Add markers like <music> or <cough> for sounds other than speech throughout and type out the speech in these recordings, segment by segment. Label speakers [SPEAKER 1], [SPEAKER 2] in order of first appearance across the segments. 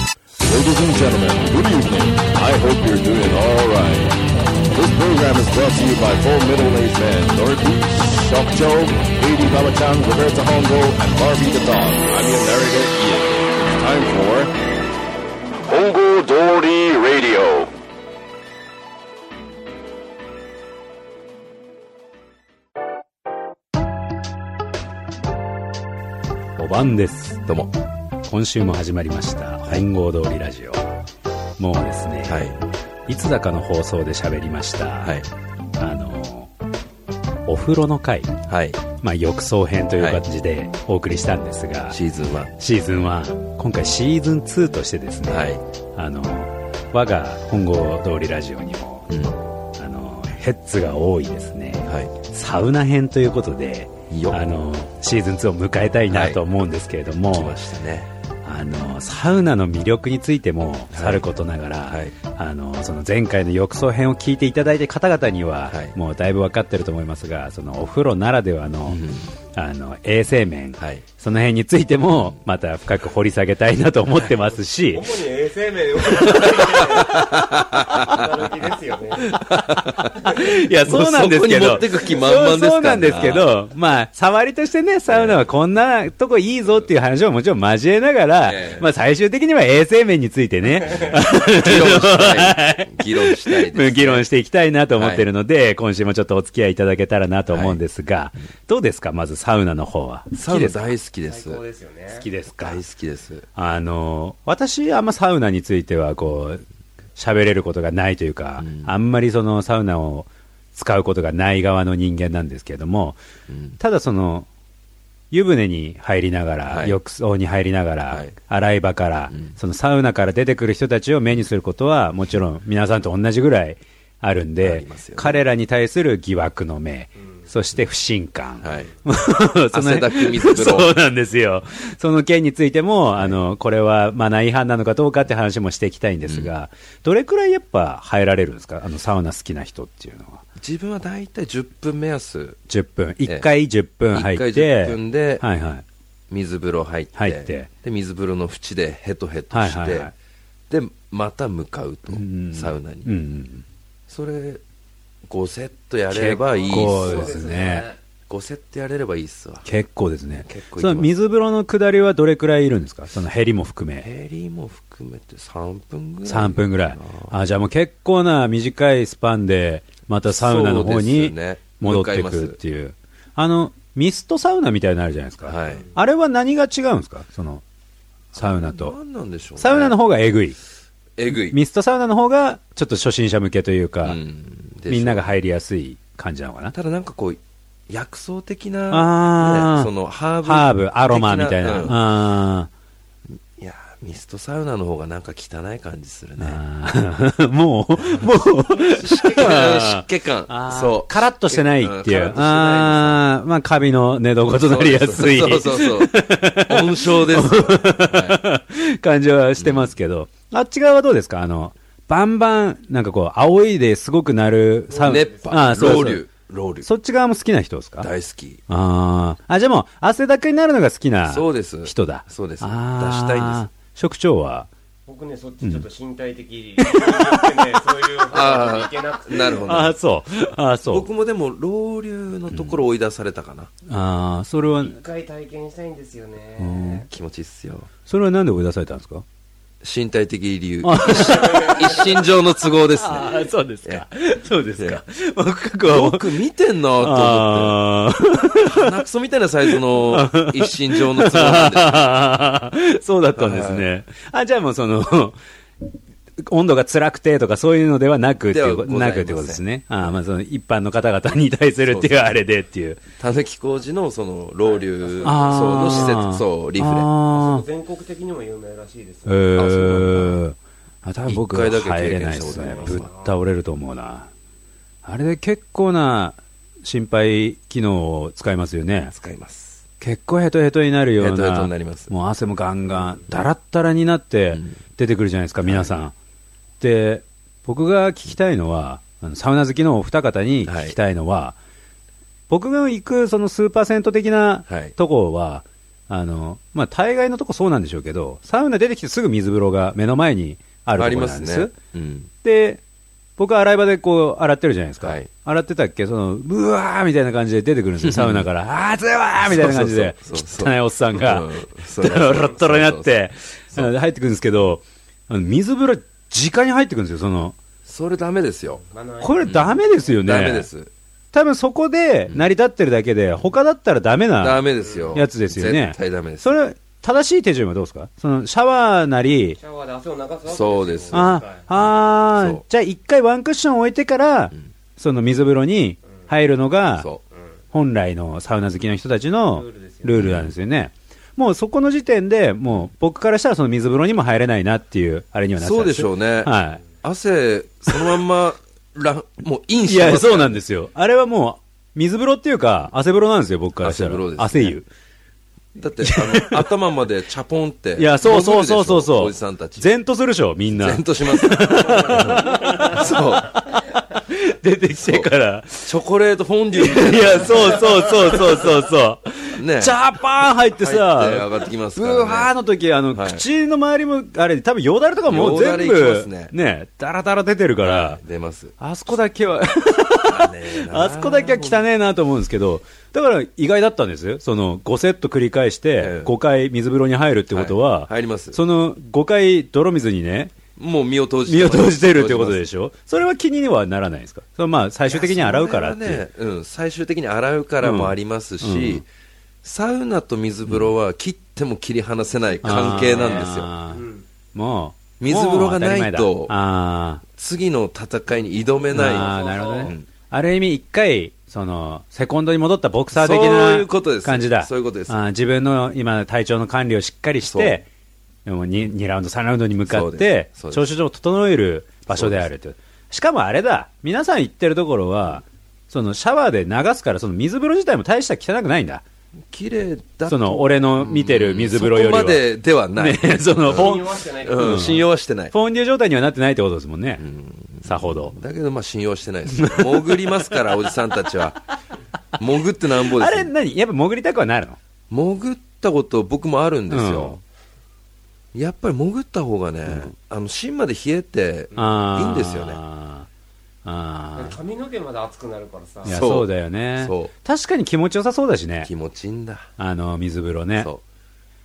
[SPEAKER 1] Ladies and gentlemen, good evening. I hope you're doing all right. This program is brought to you by four middle-aged men, Dorothy, Shock Joe, Baby Babachan, Roberta Hongo, and Barbie the Dog. I'm your narrator, Ian. It's time for Hongo Dory Radio.
[SPEAKER 2] お晩です
[SPEAKER 3] どうも。
[SPEAKER 2] 今週も始まりました本郷通りラジオ、もうですね、
[SPEAKER 3] はい。
[SPEAKER 2] い、つだかの放送で喋りました、
[SPEAKER 3] はい。
[SPEAKER 2] あのお風呂の回、
[SPEAKER 3] はい。
[SPEAKER 2] まあ、浴槽編という形でお送りしたんですが、
[SPEAKER 3] シーズン1。
[SPEAKER 2] シーズン1今回シーズン2としてですね、
[SPEAKER 3] はい。
[SPEAKER 2] あの我が本郷通りラジオにも、
[SPEAKER 3] うん。
[SPEAKER 2] あのヘッズが多いですね、
[SPEAKER 3] は
[SPEAKER 2] サウナ編ということで
[SPEAKER 3] いいよ
[SPEAKER 2] あのシーズン2を迎えたいなと思うんですけれども、
[SPEAKER 3] い。来ましたね。
[SPEAKER 2] あのサウナの魅力についてもさることながら、
[SPEAKER 3] はい
[SPEAKER 2] あのその前回の浴槽編を聞いていただいて方々には、
[SPEAKER 3] はい
[SPEAKER 2] もうだいぶ分かってると思いますがそのお風呂ならではの,、
[SPEAKER 3] ん
[SPEAKER 2] あの衛生面、
[SPEAKER 3] はい
[SPEAKER 2] その辺についてもまた深く掘り下げたいなと思ってます
[SPEAKER 4] <laughs>
[SPEAKER 2] し
[SPEAKER 4] 主に衛生面を
[SPEAKER 3] <laughs>
[SPEAKER 4] 働きですよね。
[SPEAKER 2] いや、そうなんですけど。
[SPEAKER 3] もうそこに持ってく気満々です
[SPEAKER 2] そ
[SPEAKER 3] から
[SPEAKER 2] うそうなんですけど、まあ、触りとしてね、サウナはこんなとこいいぞっていう話をもちろん交えながら、
[SPEAKER 3] ええ
[SPEAKER 2] まあ、最終的には衛生面についてね、
[SPEAKER 3] 議論した
[SPEAKER 2] <laughs>
[SPEAKER 3] い。議論したいです、
[SPEAKER 2] 議論していきたいなと思ってるので、今週もちょっとお付き合いいただけたらなと思うんですが、どうですかまずサウナの方は。
[SPEAKER 3] サ
[SPEAKER 2] 好き
[SPEAKER 3] ウナ
[SPEAKER 2] ですか
[SPEAKER 3] 大好きです
[SPEAKER 4] 最。高ですよね。
[SPEAKER 2] 好きですか
[SPEAKER 3] 大好きです。
[SPEAKER 2] あの、私、あんまサウナについては、こう、喋れることがないというか、あんまりそのサウナを使うことがない側の人間なんですけれども、
[SPEAKER 3] うん。
[SPEAKER 2] ただその、湯船に入りながら、
[SPEAKER 3] はい
[SPEAKER 2] 浴槽に入りながら、
[SPEAKER 3] はい
[SPEAKER 2] 洗い場から、
[SPEAKER 3] うん
[SPEAKER 2] そのサウナから出てくる人たちを目にすることは、もちろん皆さんと同じぐらいあるん
[SPEAKER 3] あ
[SPEAKER 2] で、
[SPEAKER 3] りますよね
[SPEAKER 2] 彼らに対する疑惑の目、そして不信感、
[SPEAKER 3] はい。
[SPEAKER 2] <laughs> その
[SPEAKER 3] 汗だく水風呂
[SPEAKER 2] そうなんですよ。その件についても、あの、これはマナー違反なのかどうかって話もしていきたいんですが、どれくらいやっぱ入られるんですかあの、サウナ好きな人っていうのは。
[SPEAKER 3] 自分は大体10分目安。
[SPEAKER 2] 10分。1回10分入って、
[SPEAKER 3] 一回10分で
[SPEAKER 2] はいはい。
[SPEAKER 3] 水風呂入って。
[SPEAKER 2] 入って
[SPEAKER 3] で、水風呂の縁でヘトヘトして。
[SPEAKER 2] はいはいはい
[SPEAKER 3] で、また向かうと。
[SPEAKER 2] ん
[SPEAKER 3] サウナに。
[SPEAKER 2] うんうん
[SPEAKER 3] それ、5セットやればいいっす
[SPEAKER 2] 結構ですね。
[SPEAKER 3] 5セットやれればいいっすわ。
[SPEAKER 2] 結構ですね
[SPEAKER 3] 結。構いき
[SPEAKER 2] そ
[SPEAKER 3] ます
[SPEAKER 2] の水風呂の下りはどれくらいいるんですかそのヘリも含め。
[SPEAKER 3] ヘリも含めて3分ぐらい。
[SPEAKER 2] 3分ぐらい。あ、じゃあもう結構な短いスパンで、またサウナの方
[SPEAKER 3] そう
[SPEAKER 2] に
[SPEAKER 3] ですね
[SPEAKER 2] 戻ってくるっていう。あの、ミストサウナみたいなのあるじゃないですか。
[SPEAKER 3] はい
[SPEAKER 2] あれは何が違うんですかその、サウナと。
[SPEAKER 3] 何なんでしょうね
[SPEAKER 2] サウナの方がえぐい。
[SPEAKER 3] えぐい。
[SPEAKER 2] ミストサウナの方が、ちょっと初心者向けというか、
[SPEAKER 3] うんでしょう
[SPEAKER 2] みんなが入りやすい感じなのかな
[SPEAKER 3] ただなんかこう、薬草的
[SPEAKER 2] あー
[SPEAKER 3] な、ねそのハーブ。
[SPEAKER 2] ハーブ、アロマみたいな。
[SPEAKER 3] 的
[SPEAKER 2] あ
[SPEAKER 3] うんいやー、ミストサウナの方がなんか汚い感じする
[SPEAKER 2] ー
[SPEAKER 3] ね。
[SPEAKER 2] あー <laughs> もう、もう、
[SPEAKER 3] 湿気感、湿気
[SPEAKER 2] あ
[SPEAKER 3] 感。
[SPEAKER 2] ー
[SPEAKER 3] そう。
[SPEAKER 2] カラッとしてないっていう。
[SPEAKER 3] んカラッ
[SPEAKER 2] ああ、まあ、カビの寝
[SPEAKER 3] と
[SPEAKER 2] 床
[SPEAKER 3] して
[SPEAKER 2] と
[SPEAKER 3] ない
[SPEAKER 2] なりやすい
[SPEAKER 3] そうそ
[SPEAKER 2] <laughs>
[SPEAKER 3] うそうそう。温床ですよ。は
[SPEAKER 2] 感じはしてますけど、あっち側はどうですかあの、バンバン、なんかこう、青いですごくなるサウ
[SPEAKER 3] い熱波、
[SPEAKER 2] あーそうそう
[SPEAKER 3] ロウリュ、ロウリュ。
[SPEAKER 2] そっち側も好きな人ですか
[SPEAKER 3] 大好き。
[SPEAKER 2] あーあ、じゃあもう、汗だくになるのが好きな
[SPEAKER 3] そうです
[SPEAKER 2] 人だ。
[SPEAKER 3] そうです
[SPEAKER 2] あー
[SPEAKER 3] 出したいんで
[SPEAKER 2] 職長は
[SPEAKER 4] 僕ね、そっちちょっと身体的、
[SPEAKER 3] <laughs>
[SPEAKER 4] ね、そういう方に行けなくて。
[SPEAKER 3] なるほど。
[SPEAKER 2] ああ、そう。ああ、そう。
[SPEAKER 3] 僕もでも、ロウリュのところ追い出されたかな。
[SPEAKER 2] ああ、それは、
[SPEAKER 4] 一回体験したいんですよね。
[SPEAKER 3] 気持ちいいっすよ。
[SPEAKER 2] それはなんで追い出されたんですか
[SPEAKER 3] 身体的理由。一身上の都合ですね。
[SPEAKER 2] ああ、そうですか。そうです
[SPEAKER 3] か。
[SPEAKER 2] 僕はもう
[SPEAKER 3] よく見てんなと思っ
[SPEAKER 2] あ
[SPEAKER 3] て。鼻くそみたいなサイズの
[SPEAKER 2] <laughs>
[SPEAKER 3] 一身上のツボなんで。
[SPEAKER 2] ーそうだったんですね。あ、じゃあもうその、温度が辛くてとかそういうのではなくっていうこ
[SPEAKER 3] ではござい
[SPEAKER 2] な
[SPEAKER 3] ません
[SPEAKER 2] くってことですね。あーまあその一般の方々に対するっていうあれでっていう。
[SPEAKER 3] たぬき工事のその、老流、そう
[SPEAKER 2] あー
[SPEAKER 3] の施設、そう、リフレ。
[SPEAKER 2] あ
[SPEAKER 4] 全国的にも有名らしいです
[SPEAKER 2] ー
[SPEAKER 4] よ。
[SPEAKER 2] え
[SPEAKER 3] そう
[SPEAKER 2] ーあ、多分僕
[SPEAKER 3] 一回だけ
[SPEAKER 2] 入
[SPEAKER 3] 経
[SPEAKER 2] れない
[SPEAKER 3] 験
[SPEAKER 2] で
[SPEAKER 3] したこ
[SPEAKER 2] す
[SPEAKER 3] とあ
[SPEAKER 2] ね
[SPEAKER 3] り。ます
[SPEAKER 2] ぶっ倒れると思うな。あれで結構な心肺機能を使いますよね。
[SPEAKER 3] 使います。
[SPEAKER 2] 結構ヘトヘトになるような、
[SPEAKER 3] ヘトヘトになります
[SPEAKER 2] もう汗もガンガン、だらったらになって
[SPEAKER 3] ん
[SPEAKER 2] 出てくるじゃないですか、皆さん。で、僕が聞きたいのは、あのサウナ好きのお二方に聞きたいのは、僕が行くそのスーパー銭湯的な
[SPEAKER 3] はい
[SPEAKER 2] とこは、あの、まあ、大概のとこそうなんでしょうけど、サウナ出てきてすぐ水風呂が目の前にある
[SPEAKER 3] あ
[SPEAKER 2] と
[SPEAKER 3] り
[SPEAKER 2] ころ
[SPEAKER 3] ま
[SPEAKER 2] な
[SPEAKER 3] す
[SPEAKER 2] んです。
[SPEAKER 3] ね。うん。
[SPEAKER 2] で、僕は洗い場でこう、洗ってるじゃないですか。
[SPEAKER 3] はい
[SPEAKER 2] 洗ってたっけ、その、うわーみたいな感じで出てくるんですよ、サウナから。あー、つわーみたいな感じで、
[SPEAKER 3] そうそうそう
[SPEAKER 2] 汚いおっさんが、
[SPEAKER 3] うん
[SPEAKER 2] ド
[SPEAKER 3] そうそう
[SPEAKER 2] <laughs> ロッドロになって、あの入ってくるんですけど、あの水風呂、直に入ってくるんですよ、その、
[SPEAKER 3] それダメですよ。
[SPEAKER 4] マナー違
[SPEAKER 2] これダメですよね。
[SPEAKER 3] ダメで。す。
[SPEAKER 2] 多分そこで成り立ってるだけで、他だったらダメ
[SPEAKER 3] ダ
[SPEAKER 2] な
[SPEAKER 3] メですよ。
[SPEAKER 2] やつですよね。
[SPEAKER 3] 絶対ダメです。
[SPEAKER 2] それ、正しい手順はどうですかその、シャワーなり
[SPEAKER 4] シ、ャワーで汗を流すわけですよ
[SPEAKER 3] そうです
[SPEAKER 2] ああ
[SPEAKER 3] そ
[SPEAKER 2] ー
[SPEAKER 3] う
[SPEAKER 2] じゃあ一回ワンクッション置いてから、
[SPEAKER 3] ん
[SPEAKER 2] その水風呂に入るのが
[SPEAKER 3] そ
[SPEAKER 4] うん
[SPEAKER 2] 本来のサウナ好きの人たちの
[SPEAKER 4] ルールですよね
[SPEAKER 2] ルールなんですよね、もうそこの時点でもう僕からしたらその水風呂にも入れないなっていうあれに
[SPEAKER 3] う。
[SPEAKER 2] はなって
[SPEAKER 3] そ
[SPEAKER 2] たん
[SPEAKER 3] うでしょうね。
[SPEAKER 2] は
[SPEAKER 3] 汗、そのまんま、らもうイン
[SPEAKER 2] い、い
[SPEAKER 3] して
[SPEAKER 2] や
[SPEAKER 3] ます
[SPEAKER 2] そ
[SPEAKER 3] か
[SPEAKER 2] う
[SPEAKER 3] ら
[SPEAKER 2] なんですよあれはもう水風呂っていうか汗風呂なんですよ僕からしたら
[SPEAKER 3] 汗風呂ですね
[SPEAKER 2] 汗湯
[SPEAKER 3] だって、あの、頭までチャポンって。
[SPEAKER 2] いやそうそうそうそう
[SPEAKER 3] 飲んでるでし
[SPEAKER 2] そ
[SPEAKER 3] ょ
[SPEAKER 2] う
[SPEAKER 3] おじさんたち。
[SPEAKER 2] 全とするでしょみんな
[SPEAKER 3] 然とします。そう。
[SPEAKER 2] <laughs> 出てきてから
[SPEAKER 3] チョコレートフォンデュみたい
[SPEAKER 2] いやそうそうそうそうそうそう、
[SPEAKER 3] ね
[SPEAKER 2] ジャパン入ってさ
[SPEAKER 3] 入って上がってきますから
[SPEAKER 2] う
[SPEAKER 3] ね
[SPEAKER 2] わーの時あの、
[SPEAKER 3] はい
[SPEAKER 2] 口の周りもあれ多分よだれとかもう
[SPEAKER 3] よ
[SPEAKER 2] 全
[SPEAKER 3] だれいきま
[SPEAKER 2] 部
[SPEAKER 3] すね
[SPEAKER 2] ねだらだら出てるから、
[SPEAKER 3] な。出ます。
[SPEAKER 2] あそこだけはあそこだけは汚ねえなと思うんですけどだから意外だったんですよその5セット繰り返し
[SPEAKER 3] え
[SPEAKER 2] て
[SPEAKER 3] え
[SPEAKER 2] 5回水風呂に入るってことは、
[SPEAKER 3] はい入ります
[SPEAKER 2] その5回泥水にね
[SPEAKER 3] もう身を投じて
[SPEAKER 2] 身を
[SPEAKER 3] ます。
[SPEAKER 2] 投じてるってことで
[SPEAKER 3] ょ。
[SPEAKER 2] しょそれは気にはならないですかそのまあ最終的に洗うからっていう
[SPEAKER 3] いやそれはね、うん、最終的に洗うからもありますし、サウナと水風呂は切っても切り離せない関係なんですよ。
[SPEAKER 2] あー
[SPEAKER 4] うん
[SPEAKER 2] もう
[SPEAKER 3] 水風呂がな
[SPEAKER 2] もう当た
[SPEAKER 3] いと
[SPEAKER 2] り前だあ
[SPEAKER 3] 次の戦いに挑め
[SPEAKER 2] ー
[SPEAKER 3] ない。
[SPEAKER 2] あーなるほどね、
[SPEAKER 3] うん
[SPEAKER 2] ある意味一回そのセコンドに戻ったボクサー的
[SPEAKER 3] そういうことで
[SPEAKER 2] な
[SPEAKER 3] す
[SPEAKER 2] 感じだ
[SPEAKER 3] そういうことです
[SPEAKER 2] あー自分の今体調の管理をしっかりしてでも 2, ラウンド3ラウンドに向か
[SPEAKER 3] そう
[SPEAKER 2] っ
[SPEAKER 3] で
[SPEAKER 2] て
[SPEAKER 3] すそうです
[SPEAKER 2] 調子上を整える場所であるとしかもあれだ皆さん言ってるところはそのシャワーで流すからその水風呂自体も大した汚くないんだ
[SPEAKER 3] 綺麗だと
[SPEAKER 2] その俺の見てる水風呂より
[SPEAKER 3] そ
[SPEAKER 2] は
[SPEAKER 3] こまでではない。
[SPEAKER 2] ねそのフォン
[SPEAKER 4] 信用はしてないけど
[SPEAKER 3] うん、信用はしてない。
[SPEAKER 2] フォンデュ状態にはなってないってことですもんね、さほど。
[SPEAKER 3] だけど、まあ、信用してないです。潜りま
[SPEAKER 2] <laughs>
[SPEAKER 3] すから、おじさんたちは。潜ってなんぼで
[SPEAKER 2] あ
[SPEAKER 3] す。
[SPEAKER 2] れ何やっぱ潜りたくはなるの
[SPEAKER 3] 潜ったこと僕もあるんですよ、やっぱり潜った方がね、あの芯まで冷えていいんですよね
[SPEAKER 2] あーあ
[SPEAKER 4] 髪の毛まで熱くなるからさ
[SPEAKER 2] ーいや
[SPEAKER 3] そう
[SPEAKER 2] そうだよね
[SPEAKER 3] そ
[SPEAKER 2] 確かに気持ちよさそうだしね
[SPEAKER 3] 気持ちいいんだ、
[SPEAKER 2] あの水風呂ね
[SPEAKER 3] そ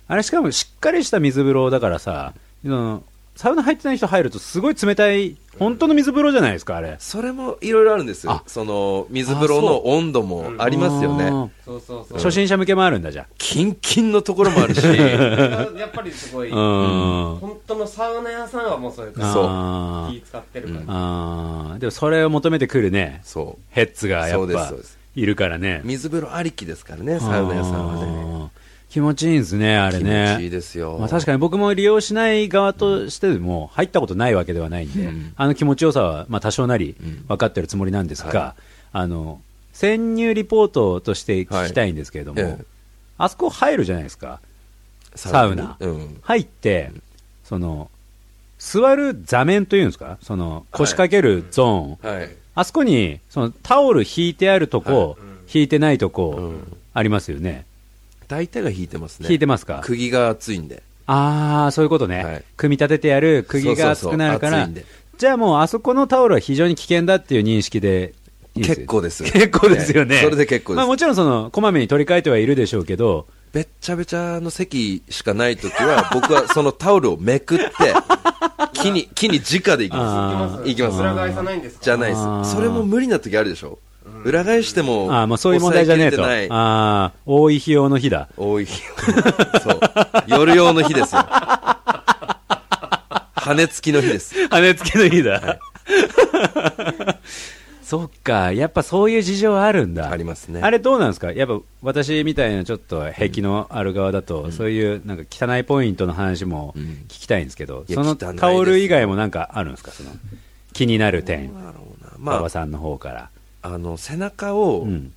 [SPEAKER 2] あれしかもしっかりした水風呂だからさそのサウナ入ってない人入るとすごい冷たい本当の水風呂じゃないですかあれ
[SPEAKER 3] うそれもいろいろあるんですよ
[SPEAKER 2] あ
[SPEAKER 3] その水風呂の温度もありますよ
[SPEAKER 2] あ
[SPEAKER 3] ね
[SPEAKER 2] ー
[SPEAKER 4] そうそうそう
[SPEAKER 2] 初心者向けもあるんだじゃ
[SPEAKER 3] キンキンのところも
[SPEAKER 2] <laughs>
[SPEAKER 3] あるし
[SPEAKER 4] やっぱりすごい
[SPEAKER 2] あうん
[SPEAKER 4] 本当のサウナ屋さんはもうそれ
[SPEAKER 3] そう
[SPEAKER 2] あ
[SPEAKER 4] 気
[SPEAKER 2] ー
[SPEAKER 4] 使ってるから、
[SPEAKER 2] あーでもそれを求めてくるね
[SPEAKER 3] そ
[SPEAKER 2] ヘッズがや
[SPEAKER 3] そう
[SPEAKER 2] っ
[SPEAKER 3] です
[SPEAKER 2] ぱ
[SPEAKER 3] そうです
[SPEAKER 2] いるからね
[SPEAKER 3] う水風呂ありきですからねサウナ屋さんはね
[SPEAKER 2] あー気持ちいいんですね、あれ
[SPEAKER 3] 気
[SPEAKER 2] ね。
[SPEAKER 3] 持ちいいですよ、
[SPEAKER 2] まあ、確かに僕も利用しない側としても、入ったことないわけではないんで、あの気持ちよさはまあ多少なり分かってるつもりなんですが、
[SPEAKER 3] は
[SPEAKER 2] あの潜入リポートとして聞きたいんですけれども、
[SPEAKER 3] はいええ
[SPEAKER 2] あそこ入るじゃないですか、サウナ
[SPEAKER 3] うん、
[SPEAKER 2] 入って、その座る座面というんですか、その腰掛けるゾーン、
[SPEAKER 3] はい
[SPEAKER 2] あそこにそのタオル引いてあるとこ、
[SPEAKER 4] はいうん
[SPEAKER 2] 引いてないとこ、
[SPEAKER 3] ん
[SPEAKER 2] ありますよね。
[SPEAKER 3] 大体が引いてますね
[SPEAKER 2] 引いてますか
[SPEAKER 3] 釘が熱いんで
[SPEAKER 2] ああ、そういうことね、
[SPEAKER 3] はい
[SPEAKER 2] 組み立ててやる釘が
[SPEAKER 3] そうそうそ
[SPEAKER 2] 熱く
[SPEAKER 3] う
[SPEAKER 2] なるから
[SPEAKER 3] 熱いんで
[SPEAKER 2] じゃあもうあそこのタオルは非常に危険だっていう認識でいいですよね
[SPEAKER 3] 結構です
[SPEAKER 2] 結構ですよね、
[SPEAKER 3] はいそれで結構です
[SPEAKER 2] まあ、もちろんそのこまめに取り替えてはいるでしょうけど、
[SPEAKER 3] べっちゃべちゃの席しかないときは、 <laughs> 僕はそのタオルを
[SPEAKER 2] <laughs>
[SPEAKER 3] めくって、木に、木に直で行きま
[SPEAKER 4] 行
[SPEAKER 3] す。行きます。
[SPEAKER 4] 裏返さないんですか
[SPEAKER 3] じゃない
[SPEAKER 4] い
[SPEAKER 2] あー
[SPEAKER 3] です。それも無理なときあるでしょ。裏返しても、
[SPEAKER 2] あーまあそういう問題じゃねえと、あ
[SPEAKER 3] 抑えきれてない
[SPEAKER 2] あー多い費用の日
[SPEAKER 3] <laughs>
[SPEAKER 2] だ、
[SPEAKER 3] 多い日。そう。夜用の日で
[SPEAKER 2] <laughs>
[SPEAKER 3] すよ。羽付きの日です。
[SPEAKER 2] 羽根付けの日だ、 <laughs> そっか、やっぱそういう事情あるんだ、
[SPEAKER 3] ありますね
[SPEAKER 2] あれどうなんですか、やっぱ私みたいなちょっと癖のある側だと、そういうなんか汚いポイントの話も聞きたいんですけど、
[SPEAKER 3] い
[SPEAKER 2] そ
[SPEAKER 3] や
[SPEAKER 2] の
[SPEAKER 3] 汚いです
[SPEAKER 2] タオル以外もなんかあるんですか、その気になる点、
[SPEAKER 3] なるほどな
[SPEAKER 2] 馬
[SPEAKER 3] ま
[SPEAKER 2] 場さんの方から。
[SPEAKER 3] あ、あの、背中を
[SPEAKER 2] うん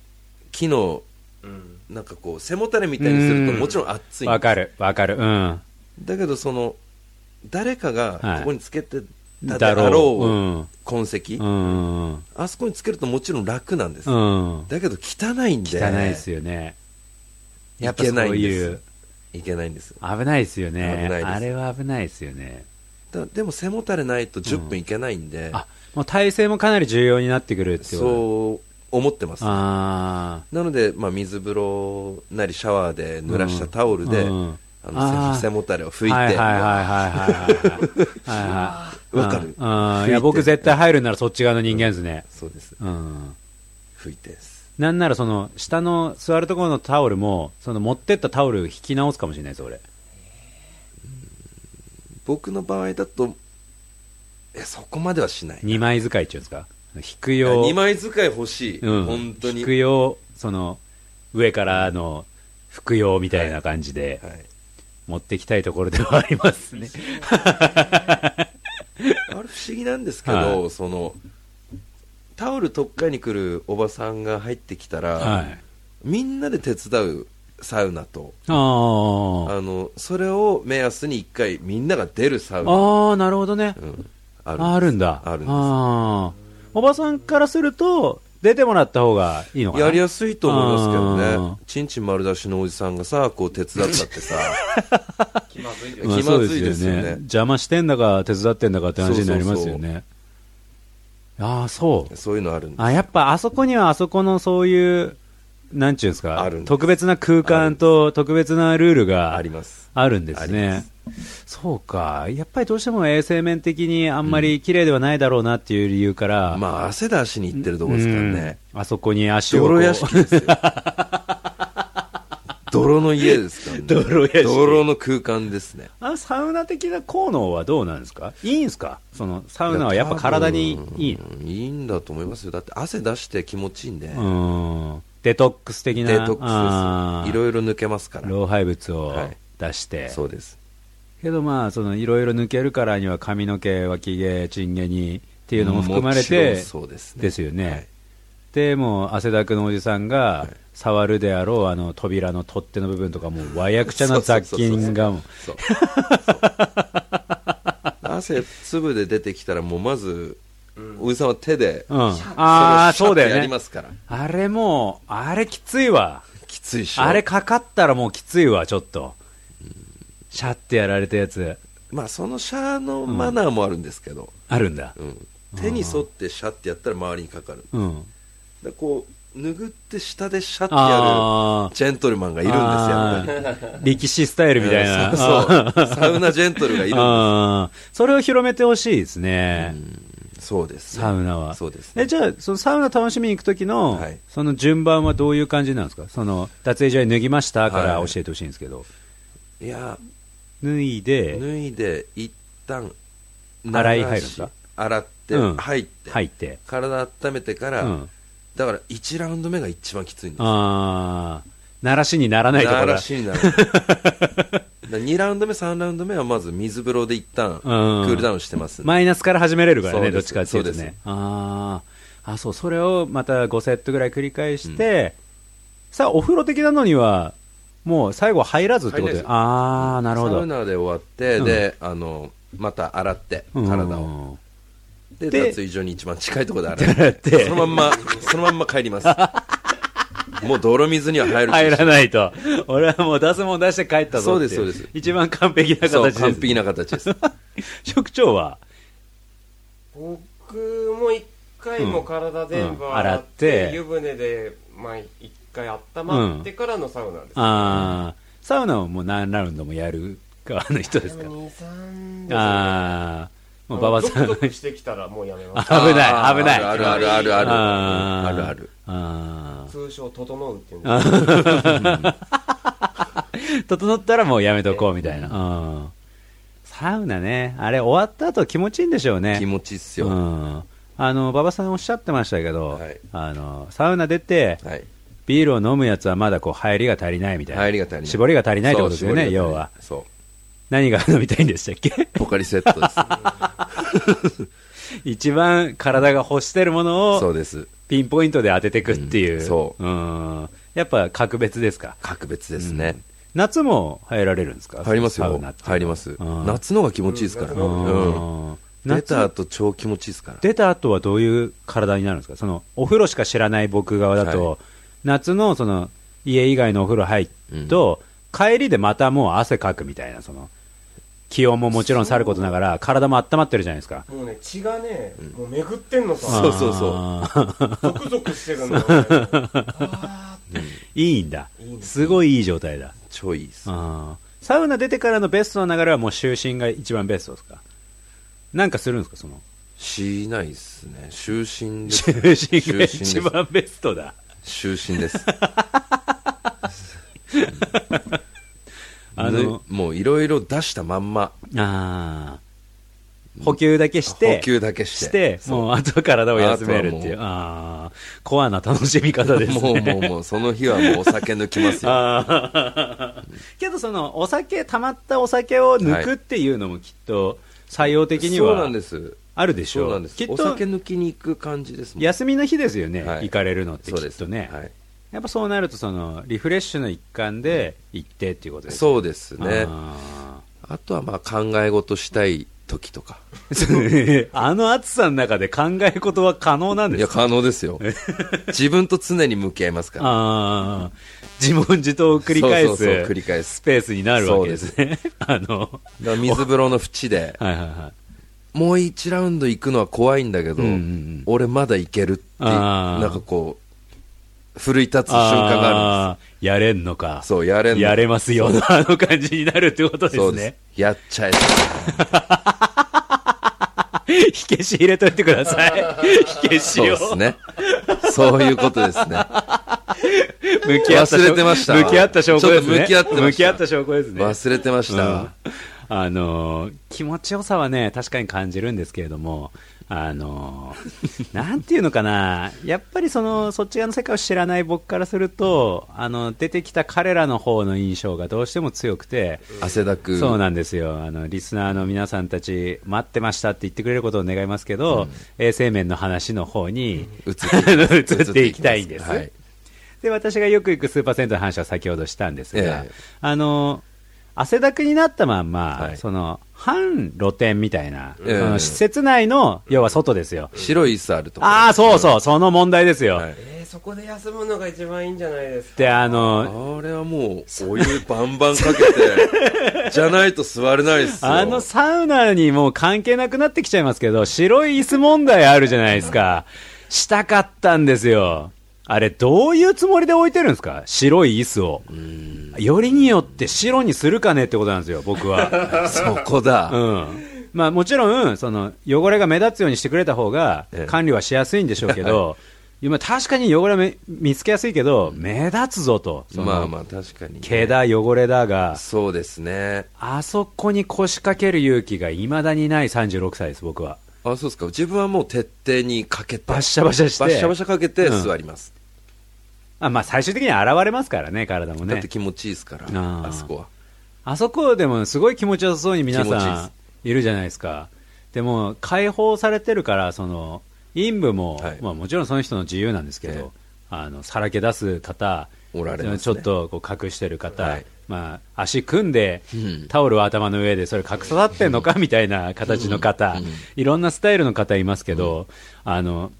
[SPEAKER 3] 木の、
[SPEAKER 4] うん
[SPEAKER 3] なんかこう、背もたれみたいにすると、
[SPEAKER 2] うん
[SPEAKER 3] もちろん熱いん
[SPEAKER 2] わ
[SPEAKER 3] です
[SPEAKER 2] かる、わかる、うん、
[SPEAKER 3] だけどその誰か
[SPEAKER 2] は
[SPEAKER 3] が
[SPEAKER 2] い
[SPEAKER 3] ここにつけてた
[SPEAKER 2] だ
[SPEAKER 3] だ
[SPEAKER 2] ろう
[SPEAKER 3] ろう
[SPEAKER 2] うん
[SPEAKER 3] 痕跡、
[SPEAKER 2] うん、うん、
[SPEAKER 3] あそこにつけるともちろん楽なんです、
[SPEAKER 2] 汚
[SPEAKER 3] だけど汚いんで
[SPEAKER 2] いですよね、やっぱそう
[SPEAKER 3] いけないん
[SPEAKER 2] い
[SPEAKER 3] で
[SPEAKER 2] う
[SPEAKER 3] いけないんです
[SPEAKER 2] 危ないですよね
[SPEAKER 3] 危ないです
[SPEAKER 2] あれは危ないですよね
[SPEAKER 3] だでも背もたれないと10分いけないんで、
[SPEAKER 2] あもう体勢もかなり重要になってくるっていうう
[SPEAKER 3] そう思ってますな
[SPEAKER 2] あ
[SPEAKER 3] ので、まあ、水風呂なりシャワーで濡らしたタオルで、
[SPEAKER 2] うんうん
[SPEAKER 3] あの
[SPEAKER 2] あー
[SPEAKER 3] 背背もたれを
[SPEAKER 2] ー
[SPEAKER 3] 拭いて、
[SPEAKER 2] はいはいはいはいはいはいはい
[SPEAKER 3] わかる
[SPEAKER 2] うんうんい
[SPEAKER 3] 拭い
[SPEAKER 2] や
[SPEAKER 3] て
[SPEAKER 2] 僕絶対入るならそっち側の人間ですね
[SPEAKER 3] そうです
[SPEAKER 2] うん
[SPEAKER 3] 拭いてです
[SPEAKER 2] なんならその下の座るところのタオルもその持ってったタオル引き直すかもしれないです俺
[SPEAKER 3] 僕の場合だとえそこまではしない
[SPEAKER 2] 2枚使いっていうんですか引く
[SPEAKER 3] いや
[SPEAKER 2] 用
[SPEAKER 3] 二枚使い欲しい、
[SPEAKER 2] うん、
[SPEAKER 3] 本当に
[SPEAKER 2] 引く用その上からの服用みたいな感じで
[SPEAKER 3] はい、
[SPEAKER 2] 持ってきたいところではありますね、
[SPEAKER 3] あれ不思議なんですけど、
[SPEAKER 2] は
[SPEAKER 3] そのタオル取っかえに来るおばさんが入ってきたら、
[SPEAKER 2] はい
[SPEAKER 3] みんなで手伝うサウナと
[SPEAKER 2] あー
[SPEAKER 3] あのそれを目安に1回みんなが出るサウナ、
[SPEAKER 2] あーなるほどね
[SPEAKER 3] うん、
[SPEAKER 2] あ
[SPEAKER 3] あ
[SPEAKER 2] るんだ
[SPEAKER 3] あるんです
[SPEAKER 2] あーおばさんからすると出てもらった方がいいのかな
[SPEAKER 3] やりやすいと思いますけど
[SPEAKER 2] あ
[SPEAKER 3] ねちんちん丸出しのおじさんがさこう手伝った
[SPEAKER 2] <laughs>
[SPEAKER 3] ってさ
[SPEAKER 4] 気まずいです
[SPEAKER 3] うん気まずいですよ
[SPEAKER 2] まあ
[SPEAKER 3] ね
[SPEAKER 2] そう邪魔してんだか手伝ってんだかって話になりますよねああそう
[SPEAKER 3] そういうのあるんです
[SPEAKER 2] あやっぱあそこにはあそこのそういうなんちゅうんですか
[SPEAKER 3] あるんです
[SPEAKER 2] 特別な空間と特別なルールが
[SPEAKER 3] あります
[SPEAKER 2] あるんで
[SPEAKER 3] あ
[SPEAKER 2] す
[SPEAKER 3] り
[SPEAKER 2] ね
[SPEAKER 3] ま
[SPEAKER 2] そうかやっぱりどうしても衛生面的にあんまり綺麗ではないだろうなっていう理由から、
[SPEAKER 3] まあ汗出しに行ってるとこですからね、
[SPEAKER 2] うんあそこに足をこう
[SPEAKER 3] 泥屋敷 <laughs> ですよ泥の家ですからね
[SPEAKER 2] 泥屋敷
[SPEAKER 3] 泥の空間ですね
[SPEAKER 2] あのサウナ的な効能はどうなんですかいいんですかそのサウナはやっぱ体にいいの
[SPEAKER 3] うんいいんだと思いますよだって汗出して気持ちいいんで、
[SPEAKER 2] うんデトックス的な
[SPEAKER 3] デトッ
[SPEAKER 2] あー
[SPEAKER 3] クスですいろいろ抜けますから
[SPEAKER 2] 老廃物を
[SPEAKER 3] はい
[SPEAKER 2] 出して、
[SPEAKER 3] そうです
[SPEAKER 2] けどまあそのいろいろ抜けるからには髪の毛脇毛チン毛にっていうのも含まれて
[SPEAKER 3] もちろんそうですね
[SPEAKER 2] ですよね、
[SPEAKER 3] はい
[SPEAKER 2] でもう汗だくのおじさんが
[SPEAKER 3] い
[SPEAKER 2] 触るであろうあの扉の取っ手の部分とかもうわやくちゃな雑菌がもう
[SPEAKER 3] そう <laughs> 汗粒で出てきたらもうまず、おじさんは手で、
[SPEAKER 2] うんああ
[SPEAKER 3] その
[SPEAKER 2] そうだよ
[SPEAKER 3] シャッてや
[SPEAKER 2] ね
[SPEAKER 3] りますから
[SPEAKER 2] あれもうあれきついわ
[SPEAKER 3] きついっしょ
[SPEAKER 2] あれかかったらもうきついわちょっとシャってやられたやつ
[SPEAKER 3] まあそのシャーのマナーもあるんですけど、
[SPEAKER 2] あるんだ
[SPEAKER 3] うん手に沿ってシャッてやったら周りにかかる
[SPEAKER 2] うん
[SPEAKER 3] でこう拭って下でシャッてや
[SPEAKER 2] あ
[SPEAKER 3] るジェントルマンがいるんですよやっぱり
[SPEAKER 2] り力士スタイルみたいな、
[SPEAKER 3] そうそうサウナジェントルがいるんで
[SPEAKER 2] あーそれを広めてほしいですね、
[SPEAKER 3] すそうですね
[SPEAKER 2] サウナは
[SPEAKER 3] そうです
[SPEAKER 2] えじゃあそのサウナ楽しみに行く時の、
[SPEAKER 3] はい
[SPEAKER 2] その順番はどういう感じなんですかその脱衣所に脱ぎましたから
[SPEAKER 3] はい
[SPEAKER 2] 教えてほしいんですけど、
[SPEAKER 3] いや
[SPEAKER 2] 脱いで
[SPEAKER 3] 脱いで一旦
[SPEAKER 2] 洗い入るんだ
[SPEAKER 3] 流し洗って、
[SPEAKER 2] うん
[SPEAKER 3] 入って、
[SPEAKER 2] 入って、
[SPEAKER 3] 体温めてから、
[SPEAKER 2] うん
[SPEAKER 3] だから1ラウンド目が一番きついんです
[SPEAKER 2] ああ鳴らしにならないところ
[SPEAKER 3] な
[SPEAKER 2] が
[SPEAKER 3] らしになるだから2ラウンド目3ラウンド目はまず水風呂で一旦クールダウンしてますんで
[SPEAKER 2] マイナスから始めれるから
[SPEAKER 3] そ
[SPEAKER 2] ね、
[SPEAKER 3] う
[SPEAKER 2] ど
[SPEAKER 3] で
[SPEAKER 2] っ
[SPEAKER 3] す
[SPEAKER 2] ちかっていうと
[SPEAKER 3] そうで
[SPEAKER 2] ね
[SPEAKER 3] す。
[SPEAKER 2] あーあ、そう、それをまた5セットぐらい繰り返して、さあ、お風呂的なのには、もう最後入らずってこと
[SPEAKER 3] 入ら
[SPEAKER 2] で、
[SPEAKER 3] ず
[SPEAKER 2] ああ、なるほ
[SPEAKER 3] サ
[SPEAKER 2] ど。
[SPEAKER 3] ウナで終わって、
[SPEAKER 2] うん
[SPEAKER 3] であのまた洗って
[SPEAKER 2] うん
[SPEAKER 3] 体を、で
[SPEAKER 2] で
[SPEAKER 3] 脱衣所に一番近いところで洗
[SPEAKER 2] 洗っ
[SPEAKER 3] って
[SPEAKER 2] <laughs>
[SPEAKER 3] てそのまんまそのまんま帰りますもう泥水には入る
[SPEAKER 2] 入らないと。俺はもう出すもん出して帰ったぞってい。
[SPEAKER 3] そうですそうです
[SPEAKER 2] 一番完璧な
[SPEAKER 3] そう
[SPEAKER 2] 形
[SPEAKER 3] 完
[SPEAKER 2] で
[SPEAKER 3] 璧な形です
[SPEAKER 2] す。職長は、
[SPEAKER 4] 僕も一回も体全
[SPEAKER 2] う
[SPEAKER 4] 部
[SPEAKER 2] ん
[SPEAKER 4] 洗って,、
[SPEAKER 2] 洗って
[SPEAKER 4] 湯船で、まあ、一回温まってからのサウナです、
[SPEAKER 2] ああ、サウナをもう何ラウンドもやる側の人です
[SPEAKER 4] で
[SPEAKER 2] か
[SPEAKER 4] も2、3ですね
[SPEAKER 2] ああ、もう馬場さ
[SPEAKER 4] ド
[SPEAKER 2] ん
[SPEAKER 4] クド。クしてきたらもうやめます
[SPEAKER 2] 危な
[SPEAKER 3] あ
[SPEAKER 2] い、
[SPEAKER 3] ー
[SPEAKER 2] 危ない。
[SPEAKER 3] あるあるあるある
[SPEAKER 2] あー
[SPEAKER 3] あるある
[SPEAKER 2] あ
[SPEAKER 4] 通称整うっていうんです
[SPEAKER 2] ー整ったらもうやめとこうみたいな、うんサウナねあれ終わった後気持ちいいんでしょうね
[SPEAKER 3] 気持ちいいっす
[SPEAKER 2] う
[SPEAKER 3] よ、
[SPEAKER 2] んあの馬場さんおっしゃってましたけど、
[SPEAKER 3] はい
[SPEAKER 2] あのサウナ出て
[SPEAKER 3] はい
[SPEAKER 2] ビールを飲むやつはまだこう入りが足りないみたいな
[SPEAKER 3] 入りが足りない
[SPEAKER 2] 絞りが足りないってことですよ
[SPEAKER 3] そ
[SPEAKER 2] ね
[SPEAKER 3] う絞りが
[SPEAKER 2] 要
[SPEAKER 3] 足りない
[SPEAKER 2] は
[SPEAKER 3] そ
[SPEAKER 2] 何が飲みたいんでしたっけ <laughs>
[SPEAKER 3] うポカリセットです
[SPEAKER 2] 一番体が欲してるもの
[SPEAKER 3] そ
[SPEAKER 2] を
[SPEAKER 3] うです
[SPEAKER 2] ピンポイントで当ててくっていう,、
[SPEAKER 3] うんそうん
[SPEAKER 2] やっぱ格別ですか
[SPEAKER 3] 格別ですね、
[SPEAKER 2] 夏も入られるんですか
[SPEAKER 3] 入ります
[SPEAKER 2] サウ
[SPEAKER 3] よ
[SPEAKER 2] ナっていうのは
[SPEAKER 3] 入ります
[SPEAKER 2] うん
[SPEAKER 3] 夏の方が気持ちいいですから、
[SPEAKER 4] う
[SPEAKER 3] うん
[SPEAKER 2] うん
[SPEAKER 3] 出
[SPEAKER 2] 夏
[SPEAKER 3] た後超気持ちいいですから
[SPEAKER 2] 出た後はどういう体になるんですかそのお風呂しか知らない僕側だと、
[SPEAKER 3] は
[SPEAKER 2] 夏のその家以外のお風呂入ると、帰りでまたもう汗かくみたいな、その、気温ももちろんさることながら、体も温まってるじゃないですか。
[SPEAKER 4] もうね、血がね、もう巡ってんの
[SPEAKER 3] そ
[SPEAKER 4] さ
[SPEAKER 3] う、そうそう
[SPEAKER 2] あ
[SPEAKER 4] ゾクゾクしてるの。あ
[SPEAKER 2] ー <laughs> いいんだ
[SPEAKER 4] いいね。
[SPEAKER 2] すごいいい状態だ。
[SPEAKER 3] ちょいいっす
[SPEAKER 2] あーサウナ出てからのベストの流れはもう就寝が一番ベストですかなんかするんですかその
[SPEAKER 3] しないっすね就寝ですね
[SPEAKER 2] 就寝が
[SPEAKER 3] 就寝です
[SPEAKER 2] 一番ベストだ
[SPEAKER 3] 就寝です
[SPEAKER 2] <laughs> あの
[SPEAKER 3] ねもういろいろ出したまんま
[SPEAKER 2] あー補給だけして
[SPEAKER 3] 補給だけして
[SPEAKER 2] して
[SPEAKER 3] そう
[SPEAKER 2] もうあとは体を休めるっていう
[SPEAKER 3] あと
[SPEAKER 2] ああーコアな楽しみ方ですね
[SPEAKER 3] もうもうもうその日はもうお酒抜きますよ
[SPEAKER 2] あー <laughs> けどそのお酒溜まったお酒を抜くっていうのもきっと採用的に
[SPEAKER 3] そうな
[SPEAKER 2] は
[SPEAKER 3] んです
[SPEAKER 2] あるでしょ
[SPEAKER 3] そうなんです
[SPEAKER 2] きっ
[SPEAKER 3] お
[SPEAKER 2] と
[SPEAKER 3] 酒抜きに行く感じですもん
[SPEAKER 2] 休みの日ですよね、
[SPEAKER 3] はい
[SPEAKER 2] 行かれるのって
[SPEAKER 3] そう
[SPEAKER 2] き
[SPEAKER 3] で
[SPEAKER 2] っ
[SPEAKER 3] す
[SPEAKER 2] とね、
[SPEAKER 3] はい
[SPEAKER 2] やっぱそうなるとそのリフレッシュの一環で行ってっていうことです
[SPEAKER 3] そうですね
[SPEAKER 2] あ
[SPEAKER 3] あとはまあ考え事したい時とか
[SPEAKER 2] ー <laughs> あの暑さの中で考え事は可能なん
[SPEAKER 3] い
[SPEAKER 2] で
[SPEAKER 3] や
[SPEAKER 2] すか
[SPEAKER 3] 可能で
[SPEAKER 2] <laughs>
[SPEAKER 3] すよ自分と常に向き合いますから
[SPEAKER 2] ああ自問自答を繰り返す
[SPEAKER 3] そうそうそう繰り返す
[SPEAKER 2] スペースになるわけですね <laughs> あの
[SPEAKER 3] だから水風呂の縁で
[SPEAKER 2] はいはいはい
[SPEAKER 3] もう1ラウンド行くのは怖いんだけど、
[SPEAKER 2] うんうんうん
[SPEAKER 3] 俺まだ行けるっていう
[SPEAKER 2] あー
[SPEAKER 3] なんかこう奮い立つ瞬間があるん
[SPEAKER 2] あーやれんのか
[SPEAKER 3] ですそうやれんの
[SPEAKER 2] やれますよのあの感じになるってことで
[SPEAKER 3] そ
[SPEAKER 2] す
[SPEAKER 3] うで
[SPEAKER 2] ね
[SPEAKER 3] すやっちゃえ
[SPEAKER 2] 火消し入れといてください
[SPEAKER 3] <laughs>
[SPEAKER 2] 火消し
[SPEAKER 3] そうで
[SPEAKER 2] を
[SPEAKER 3] すねそういうことですね
[SPEAKER 2] 向き合った証
[SPEAKER 3] 忘れてました
[SPEAKER 2] 向き合った証拠ですね
[SPEAKER 3] ちょっと向き合ってました
[SPEAKER 2] 向き合った証拠 <laughs> ですね
[SPEAKER 3] 忘れてました、
[SPEAKER 2] うんあのー気持ちよさはね確かに感じるんですけれどもあ <laughs> のーなんていうのかなやっぱりそのそっち側の世界を知らない僕からするとあの出てきた彼らの方の印象がどうしても強くて、
[SPEAKER 3] 汗だく
[SPEAKER 2] そうなんですよあのリスナーの皆さんたち待ってましたって言ってくれることを願いますけど、衛生面の話の方に、
[SPEAKER 3] 移っ
[SPEAKER 2] 移っていきたいんです、
[SPEAKER 3] はい
[SPEAKER 2] で私がよく行くスーパー銭湯の話は先ほどしたんですが、
[SPEAKER 3] ええ
[SPEAKER 2] あの汗だくになったまんま、
[SPEAKER 3] はい
[SPEAKER 2] その半露店みたいな、
[SPEAKER 3] ええ
[SPEAKER 2] その施設内の、要は外ですよ、
[SPEAKER 3] 白い椅子あるとこ
[SPEAKER 2] ああ、そうそう、その問題ですよ、
[SPEAKER 3] はい
[SPEAKER 4] ーえー、そこで休むのが一番いいんじゃないですか。
[SPEAKER 2] であの
[SPEAKER 3] あれはもうお湯バンバンかけ
[SPEAKER 2] <laughs>
[SPEAKER 3] てじゃないと座れないですよ
[SPEAKER 2] あのサウナにもう関係なくなってきちゃいますけど、白い椅子問題あるじゃないですか、したかったんですよ、あれ、どういうつもりで置いてるんですか、白い椅子を、よりによって白にするかねってことなんですよ、僕
[SPEAKER 3] <laughs>
[SPEAKER 2] は。
[SPEAKER 3] そこだ、
[SPEAKER 2] うんまあ、もちろんその汚れが目立つようにしてくれた方が
[SPEAKER 3] ええ
[SPEAKER 2] 管理はしやすいんでしょうけど、今確かに汚れはめ見つけやすいけど、目立つぞと、その
[SPEAKER 3] まあまあ確かにね、
[SPEAKER 2] 毛だ、汚れだが、
[SPEAKER 3] そうですね
[SPEAKER 2] あそこに腰掛ける勇気がいまだにない36歳です、僕は。
[SPEAKER 3] あそうですか自分はもう徹底にかけて
[SPEAKER 2] バッシャバシャして
[SPEAKER 3] バッシャバシャかけて
[SPEAKER 2] うん
[SPEAKER 3] 座ります、
[SPEAKER 2] あまあ、最終的には現れますからね、体も
[SPEAKER 3] だっ
[SPEAKER 2] ね
[SPEAKER 3] て。気持ちいいですから
[SPEAKER 2] あ
[SPEAKER 3] あ
[SPEAKER 2] ー
[SPEAKER 3] そこは
[SPEAKER 2] あそこでもすごい気持ちよさそうに皆
[SPEAKER 3] 気持ちいいで
[SPEAKER 2] さ
[SPEAKER 3] す
[SPEAKER 2] んいるじゃないですか。でも解放されてるからその陰部も、
[SPEAKER 3] はい
[SPEAKER 2] まあ、もちろんその人の自由なんですけど、
[SPEAKER 3] ええ
[SPEAKER 2] あのさらけ出す方
[SPEAKER 3] おられますね
[SPEAKER 2] ちょっとこう隠してる方、
[SPEAKER 3] はい
[SPEAKER 2] まあ、足組んで、
[SPEAKER 3] うん
[SPEAKER 2] タオルを頭の上でそれ隠さってんの
[SPEAKER 3] <laughs>
[SPEAKER 2] かみたいな形の方、いろんなスタイルの方いますけど、あの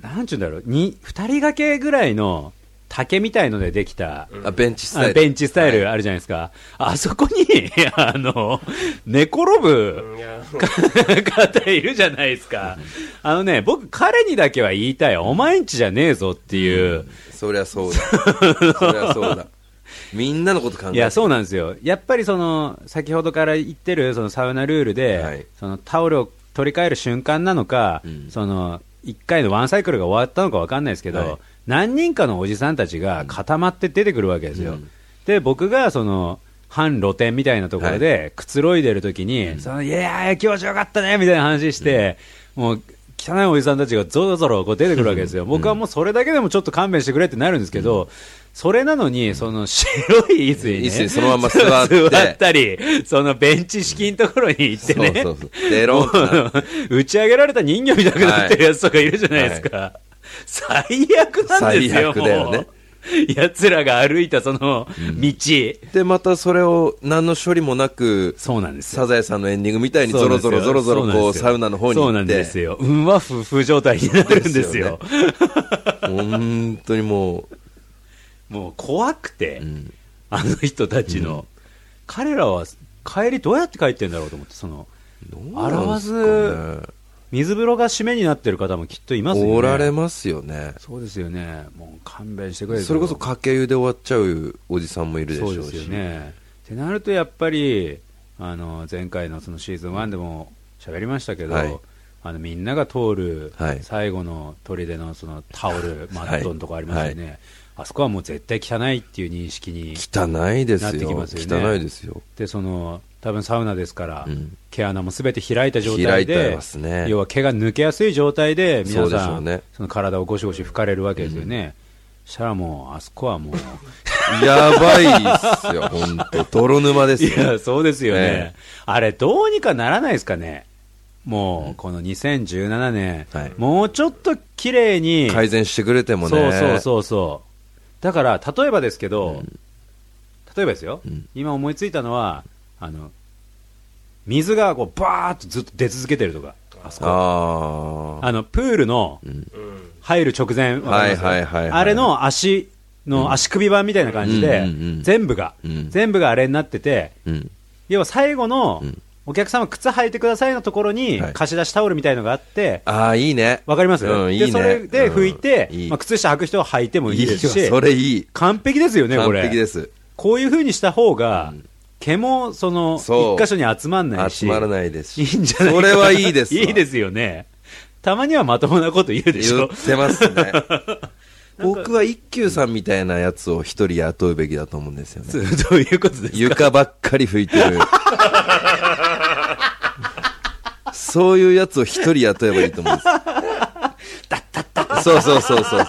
[SPEAKER 2] なんちゅうんだろうに二人掛けぐらいの竹みたいのでできた、
[SPEAKER 3] あベンチスタイ
[SPEAKER 2] あ
[SPEAKER 3] ル
[SPEAKER 2] ベンチスタイル
[SPEAKER 3] はい
[SPEAKER 2] あるじゃないですか、あそこに <laughs> あの寝転ぶ
[SPEAKER 4] いや、
[SPEAKER 2] <laughs> 方いるじゃないですか、あのね僕、彼にだけは言いたい、お前んちじゃねえぞっていう、
[SPEAKER 3] そりゃそ
[SPEAKER 2] <laughs>
[SPEAKER 3] うだそりゃそうだみんなのこと考えて
[SPEAKER 2] いやそうなんですよ、やっぱりその先ほどから言ってるそのサウナルールで、
[SPEAKER 3] はい
[SPEAKER 2] そのタオルを取り替える瞬間なのか、
[SPEAKER 3] うん
[SPEAKER 2] その1回のワンサイクルが終わったのか分かんないですけど、
[SPEAKER 3] はい
[SPEAKER 2] 何人かのおじさんたちが固まって出てくるわけですよ。
[SPEAKER 3] うん
[SPEAKER 2] で僕がその反露店みたいなところでくつろいでるときに、そのいやー、気持ちよかったねみたいな話して、もう汚いおじさんたちがぞろぞろこう出てくるわけですよ、僕はもうそれだけでもちょっと勘弁してくれってなるんですけど、それなのに、その白い椅子に、ね、
[SPEAKER 3] 椅子にそのまま座って
[SPEAKER 2] 座ったり、そのベンチ式のところに行ってね、
[SPEAKER 3] そうそうそうデロンってな
[SPEAKER 2] もう <laughs> 打ち上げられた人魚みたいになってるやつとかいるじゃないですか、最悪なんですよ、
[SPEAKER 3] 最悪だよね
[SPEAKER 2] もう。やつらが歩いたその道、
[SPEAKER 3] でまたそれを何の処理もなく
[SPEAKER 2] そうなんですよ
[SPEAKER 3] サザエさんのエンディングみたいにゾロゾロゾロゾロこうサウナの方に
[SPEAKER 2] そう
[SPEAKER 3] 行
[SPEAKER 2] な
[SPEAKER 3] っ
[SPEAKER 2] ん
[SPEAKER 3] て
[SPEAKER 2] ですようんわ夫婦状態になるんですよ
[SPEAKER 3] ですよ本当にもう
[SPEAKER 2] もう怖くて、
[SPEAKER 3] ん
[SPEAKER 2] あの人たちの、彼らは帰りどうやって帰ってんだろうと思ってその
[SPEAKER 3] どうなんすかね
[SPEAKER 2] 水風呂が締めになってる方もきっといますよね
[SPEAKER 3] おられますよね
[SPEAKER 2] そうですよねもう勘弁してくれ
[SPEAKER 3] それこそかけ湯で終わっちゃうおじさんもいるでしょ
[SPEAKER 2] そうう
[SPEAKER 3] し
[SPEAKER 2] ですよね。ってなるとやっぱりあの前回のそのシーズン1でも喋りましたけど、
[SPEAKER 3] はい
[SPEAKER 2] あのみんなが通る
[SPEAKER 3] はい
[SPEAKER 2] 最後の砦のそのタオル、マットのとこありますよね、
[SPEAKER 3] は
[SPEAKER 2] あそこはもう絶対汚いっていう認識に、
[SPEAKER 3] 汚いです
[SPEAKER 2] なってき
[SPEAKER 3] よ
[SPEAKER 2] ますよね
[SPEAKER 3] 汚いですよ
[SPEAKER 2] でその多分サウナですから、
[SPEAKER 3] うん
[SPEAKER 2] 毛穴もすべて開いた状態
[SPEAKER 3] 開いて
[SPEAKER 2] で
[SPEAKER 3] ます、ね
[SPEAKER 2] 要は毛が抜けやすい状態で、皆
[SPEAKER 3] そうでし
[SPEAKER 2] さ、
[SPEAKER 3] ょうんね
[SPEAKER 2] その体をゴシゴシ拭かれるわけですよね、したらもう、あそこはもう。
[SPEAKER 3] <laughs> やばいっすよ
[SPEAKER 2] <laughs>
[SPEAKER 3] 本当泥沼です
[SPEAKER 2] い
[SPEAKER 3] よ
[SPEAKER 2] や、そうですよね。
[SPEAKER 3] え
[SPEAKER 2] あれ、どうにかならないですかね。もう、この2017年、
[SPEAKER 3] はい
[SPEAKER 2] もうちょっと綺麗に、
[SPEAKER 3] 改善してくれてもね
[SPEAKER 2] そうそうそうそう。だから、例えばですけど、例えばですよ、
[SPEAKER 3] うん
[SPEAKER 2] 今思いついたのは、あの、水がこう、バーっとずっと出続けてるとか、あそこ。あ
[SPEAKER 3] ああ
[SPEAKER 2] の、プールの
[SPEAKER 4] うん。
[SPEAKER 2] 入る直前、わかります
[SPEAKER 3] はいはいはいはい
[SPEAKER 2] あれの足の足首板みたいな感じで、
[SPEAKER 3] うんうんうんうん
[SPEAKER 2] 全部が、
[SPEAKER 3] うん
[SPEAKER 2] 全部があれになってて、
[SPEAKER 3] うん
[SPEAKER 2] 要は最後の
[SPEAKER 3] うん
[SPEAKER 2] お客様靴履いてくださいのところに
[SPEAKER 3] はい
[SPEAKER 2] 貸し出しタオルみたいのがあって、
[SPEAKER 3] ああいいね
[SPEAKER 2] わかります、
[SPEAKER 3] うんいいね
[SPEAKER 2] でそれで拭いて、
[SPEAKER 3] うんいい
[SPEAKER 2] まあ、靴下履く人は履いてもいいですし
[SPEAKER 3] いいよそれいい
[SPEAKER 2] 完璧ですよねこ
[SPEAKER 3] 完
[SPEAKER 2] れ
[SPEAKER 3] 璧です
[SPEAKER 2] こういう風にした方が、毛もその
[SPEAKER 3] そう
[SPEAKER 2] 一箇所に集まんないし
[SPEAKER 3] 集まらないですし
[SPEAKER 2] いいんじゃないか
[SPEAKER 3] それはいいですわ
[SPEAKER 2] <laughs> いいですよねたまにはまともなこと言うでし
[SPEAKER 3] 言
[SPEAKER 2] ょ
[SPEAKER 3] ってます
[SPEAKER 2] <laughs>
[SPEAKER 3] ね僕は一休さんみたいなやつを一人雇うべきだと思うんですよね
[SPEAKER 2] <laughs> どういうことですか
[SPEAKER 3] 床ばっかり拭いてるそういうやつを一人雇えばいいと思うんですそうそうそうそうそう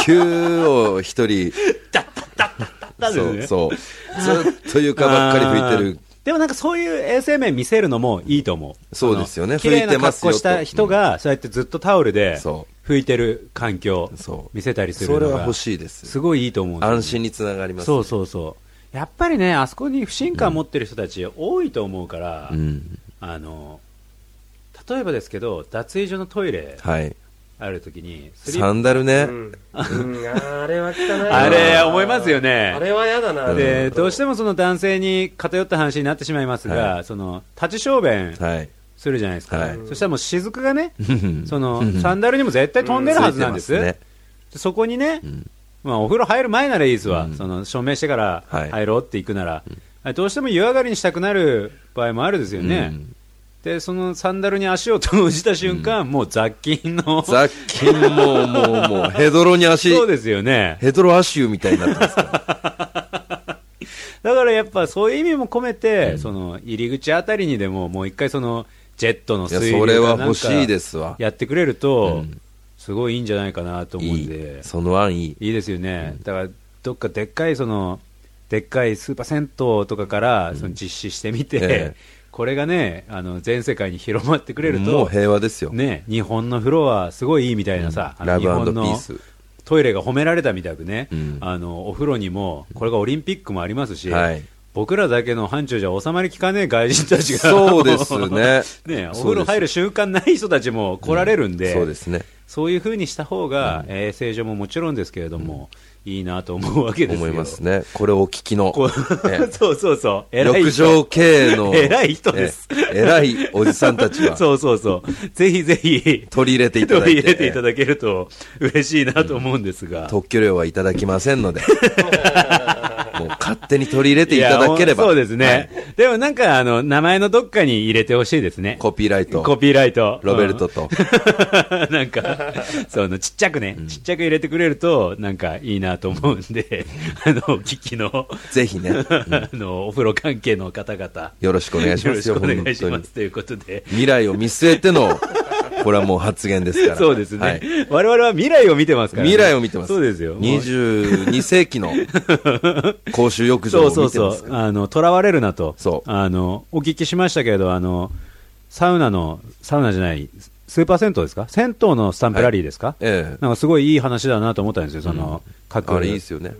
[SPEAKER 3] 一休を一人
[SPEAKER 2] だってね
[SPEAKER 3] そうそうずっと床ばっかり拭いてる
[SPEAKER 2] あーでもなんかそういう衛生面見せるのもいいと思う
[SPEAKER 3] そうですよ
[SPEAKER 2] あ
[SPEAKER 3] ね
[SPEAKER 2] の綺麗
[SPEAKER 3] 拭い
[SPEAKER 2] な
[SPEAKER 3] てます
[SPEAKER 2] 格
[SPEAKER 3] よ
[SPEAKER 2] 好した人がそうやってずっとタオルで
[SPEAKER 3] そ
[SPEAKER 2] 拭いてる環境
[SPEAKER 3] そう
[SPEAKER 2] 見せたりする
[SPEAKER 3] それ
[SPEAKER 2] の
[SPEAKER 3] は
[SPEAKER 2] が
[SPEAKER 3] 欲しいです
[SPEAKER 2] すごいいいと思うんですよ
[SPEAKER 3] 安心につながります
[SPEAKER 2] そうそうそうやっぱりねあそこに不信感持ってる人たち多いと思うから、
[SPEAKER 3] うん
[SPEAKER 2] あの例えばですけど脱衣所のトイレ
[SPEAKER 3] はい
[SPEAKER 2] あるときにスリッ
[SPEAKER 3] サンダルね、
[SPEAKER 4] うんうんあれは汚いな
[SPEAKER 2] あれ思いますよね
[SPEAKER 4] あれは嫌だな
[SPEAKER 2] でどうして
[SPEAKER 4] も
[SPEAKER 2] もその男性に偏った話になってしまいますが、
[SPEAKER 3] は
[SPEAKER 2] その立ち小便
[SPEAKER 3] はい
[SPEAKER 2] するじゃないですか、
[SPEAKER 3] はい
[SPEAKER 2] そしたらもう雫がねその
[SPEAKER 3] うん
[SPEAKER 2] サンダルにも絶対飛んでるはずなんです、
[SPEAKER 3] ついてますね
[SPEAKER 2] でそこにね、
[SPEAKER 3] ん
[SPEAKER 2] まあ、お風呂入る前ならいいですわ、
[SPEAKER 3] うん
[SPEAKER 2] その署名してから
[SPEAKER 3] はい
[SPEAKER 2] 入ろうって行くなら、あれどうしても湯上がりにしたくなる場合もあるですよね、
[SPEAKER 3] うん
[SPEAKER 2] でそのサンダルに足を投じた瞬間、もう雑菌の、そ
[SPEAKER 3] 雑菌もうもうもうヘドロに足
[SPEAKER 2] うですよね、
[SPEAKER 3] ヘドロ足湯みたいになっ
[SPEAKER 2] <laughs>
[SPEAKER 3] てますから
[SPEAKER 2] だからやっぱそういう意味も込めて、その入り口あたりにでも、もう一回、そのジェットの
[SPEAKER 3] いや
[SPEAKER 2] 水
[SPEAKER 3] そ
[SPEAKER 2] 流
[SPEAKER 3] れ
[SPEAKER 2] が
[SPEAKER 3] は
[SPEAKER 2] なん
[SPEAKER 3] 欲
[SPEAKER 2] か
[SPEAKER 3] しいですわ
[SPEAKER 2] やってくれると、
[SPEAKER 3] うん
[SPEAKER 2] すごいいいんじゃないかなと思う
[SPEAKER 3] い
[SPEAKER 2] ん
[SPEAKER 3] い
[SPEAKER 2] で。
[SPEAKER 3] その案いい
[SPEAKER 2] いいですよね、だからどっかでっかいそのでっかいスーパー銭湯とかからその実施してみて、
[SPEAKER 3] ええ
[SPEAKER 2] これがねあの全世界に広まってくれる
[SPEAKER 3] も
[SPEAKER 2] と、
[SPEAKER 3] う平和ですよ、
[SPEAKER 2] ね、日本の風呂はすごいいいみたいなさ、あの
[SPEAKER 3] ラブ
[SPEAKER 2] 日本
[SPEAKER 3] ピー
[SPEAKER 2] の
[SPEAKER 3] ス
[SPEAKER 2] トイレが褒められたみたくね、
[SPEAKER 3] うん
[SPEAKER 2] あのお風呂にもこれがオリンピックもありますし、
[SPEAKER 3] はい
[SPEAKER 2] 僕らだけの範疇じゃ収まりきかねえ外人たちが
[SPEAKER 3] そうですね
[SPEAKER 2] <laughs> ねお風呂入る習慣ない人たちも来られるんで、
[SPEAKER 3] そうですね
[SPEAKER 2] そういうふうにした方が、衛生上ももちろんですけれども、いいなと思うわけですよ
[SPEAKER 3] 思いますねこれをお聞きの
[SPEAKER 2] こう <laughs>
[SPEAKER 3] え
[SPEAKER 2] そうそうそう、
[SPEAKER 3] え
[SPEAKER 2] 偉い
[SPEAKER 3] 浴
[SPEAKER 2] 人
[SPEAKER 3] 場経営
[SPEAKER 2] <laughs>
[SPEAKER 3] の
[SPEAKER 2] 偉い人です
[SPEAKER 3] ええ偉いおじさんたち
[SPEAKER 2] <laughs>
[SPEAKER 3] は
[SPEAKER 2] そうそうそう、ぜひぜひ、
[SPEAKER 3] 取り入れていただ
[SPEAKER 2] 取
[SPEAKER 3] い
[SPEAKER 2] り
[SPEAKER 3] て
[SPEAKER 2] 入れていただけると嬉しいなと思うんですが、
[SPEAKER 3] 特許料はいただきません
[SPEAKER 2] <laughs>
[SPEAKER 3] のでもう勝手に取り入れていただければ
[SPEAKER 2] いやそうですね、でもなんかあの、名前のどっかに入れてほしいですね、
[SPEAKER 3] コピーライト
[SPEAKER 2] コピーライト、
[SPEAKER 3] ロベルトと、
[SPEAKER 2] うん <laughs> なんか、そのちっちゃくね、ちっちゃく入れてくれると、なんかいいなと思うんで、 <laughs> あの、お聞きの、
[SPEAKER 3] ぜひね、
[SPEAKER 2] <laughs> あのお風呂関係の方々。
[SPEAKER 3] よろしくお願いしますよ。
[SPEAKER 2] よろしくお願いしま
[SPEAKER 3] 本当
[SPEAKER 2] すということで
[SPEAKER 3] に。未来を見据えての、これはもう発言ですから。
[SPEAKER 2] <laughs> そうですね、
[SPEAKER 3] はい
[SPEAKER 2] 我々は未来を見てますからね、
[SPEAKER 3] 未来を見てます。
[SPEAKER 2] そうですよもう
[SPEAKER 3] 22世
[SPEAKER 2] <laughs>
[SPEAKER 3] 紀の公衆浴場を
[SPEAKER 2] そう
[SPEAKER 3] 見て
[SPEAKER 2] そ
[SPEAKER 3] ま
[SPEAKER 2] う
[SPEAKER 3] すから。
[SPEAKER 2] そうあの囚われるなと
[SPEAKER 3] そう
[SPEAKER 2] あのお聞きしましたけれどあのサウナのサウナじゃないスーパー銭湯ですか銭湯のスタンプラリーですか、
[SPEAKER 3] ええ
[SPEAKER 2] なんかすごいいい話だなと思ったんですよその、各
[SPEAKER 3] あれいいですよね。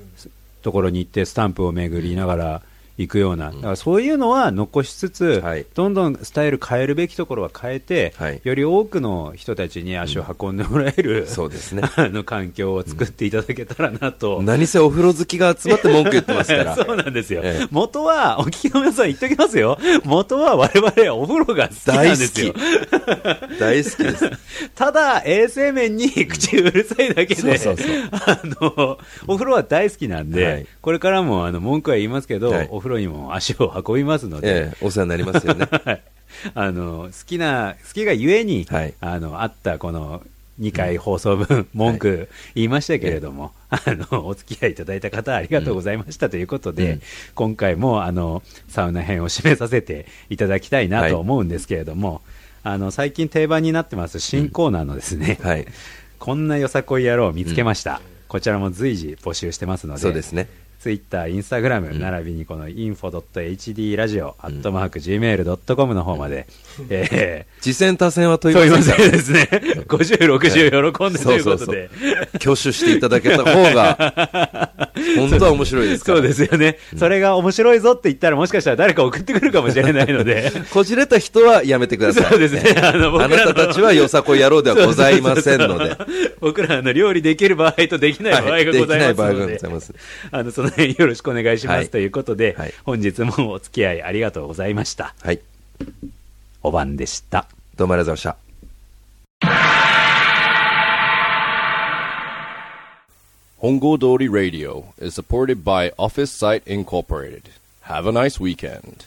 [SPEAKER 2] ところに行ってスタンプを巡りながらいくような、だからそういうのは残しつつ、
[SPEAKER 3] はい
[SPEAKER 2] どんどんスタイル変えるべきところは変えて、
[SPEAKER 3] はい
[SPEAKER 2] より多くの人たちに足を運んでもらえる、
[SPEAKER 3] そうですね
[SPEAKER 2] <laughs> あの環境を作っていただけたらなと。
[SPEAKER 3] 何せお風呂好きが集まって文句言ってますか
[SPEAKER 2] <laughs>
[SPEAKER 3] ら。
[SPEAKER 2] そうなんですよ、
[SPEAKER 3] ええ
[SPEAKER 2] 元は、お聞きの皆さん言っときますよ、元は我々はお風呂が好きなん
[SPEAKER 3] 大
[SPEAKER 2] ですよ
[SPEAKER 3] 好、き。大好き
[SPEAKER 2] <laughs>
[SPEAKER 3] です。
[SPEAKER 2] ただ衛生面に口うるさいだけで、
[SPEAKER 3] そうそうそ
[SPEAKER 2] あのお風呂は大好きなんで、
[SPEAKER 3] はい
[SPEAKER 2] これからもあの文句は言いますけど、
[SPEAKER 3] はい
[SPEAKER 2] お風呂にも足を運びますので、
[SPEAKER 3] ええ、お世話になりますよね。
[SPEAKER 2] はい <laughs> あの好きな好きがゆえに、
[SPEAKER 3] はい
[SPEAKER 2] あのあったこの2回放送分、文句言いましたけれども、あのお付き合いいただいた方ありがとうございましたということで、
[SPEAKER 3] うん
[SPEAKER 2] 今回もあのサウナ編を締めさせていただきたいな
[SPEAKER 3] はい
[SPEAKER 2] と思うんですけれども、あの最近定番になってます新コーナーのですね、
[SPEAKER 3] はい。
[SPEAKER 2] こんなよさこい野郎を見つけました、こちらも随時募集してますので
[SPEAKER 3] そうですね。
[SPEAKER 2] ツイッター、インスタグラム、並びにこの info.hd ラジオ、アットマーク gmail.com の方まで、え
[SPEAKER 3] 次戦多戦は問
[SPEAKER 2] ー、
[SPEAKER 3] <laughs> い
[SPEAKER 2] 問いま
[SPEAKER 3] ま
[SPEAKER 2] せ
[SPEAKER 3] せん
[SPEAKER 2] んですね。50、60喜んでと
[SPEAKER 3] そう
[SPEAKER 2] いう
[SPEAKER 3] そ
[SPEAKER 2] こ
[SPEAKER 3] う
[SPEAKER 2] と
[SPEAKER 3] そ
[SPEAKER 2] で
[SPEAKER 3] う。。挙手していただけた方が、本当は面白いですから。
[SPEAKER 2] そうですよね。それが面白いぞって言ったら、もしかしたら誰か送ってくるかもしれないの
[SPEAKER 3] <laughs>
[SPEAKER 2] で。
[SPEAKER 3] こじれた人はやめてください。
[SPEAKER 2] そうですねあ
[SPEAKER 3] あ
[SPEAKER 2] の僕らの
[SPEAKER 3] なたたちはよさこい野郎ではございませ
[SPEAKER 2] <laughs>
[SPEAKER 3] んので。
[SPEAKER 2] 僕らあの料理できる場合とできない場合がございますの
[SPEAKER 3] はいできない場合が
[SPEAKER 2] で
[SPEAKER 3] ございます、
[SPEAKER 2] あのその辺よろしくお願いしま
[SPEAKER 3] は
[SPEAKER 2] す
[SPEAKER 3] い
[SPEAKER 2] ということで
[SPEAKER 3] はい、
[SPEAKER 2] 本日もお付き合いありがとうございました。
[SPEAKER 3] はい。
[SPEAKER 2] お晩でした。
[SPEAKER 3] どうもありがとうございました。
[SPEAKER 1] Hongo Dori Radio is supported by Office Site Incorporated. Have a nice weekend.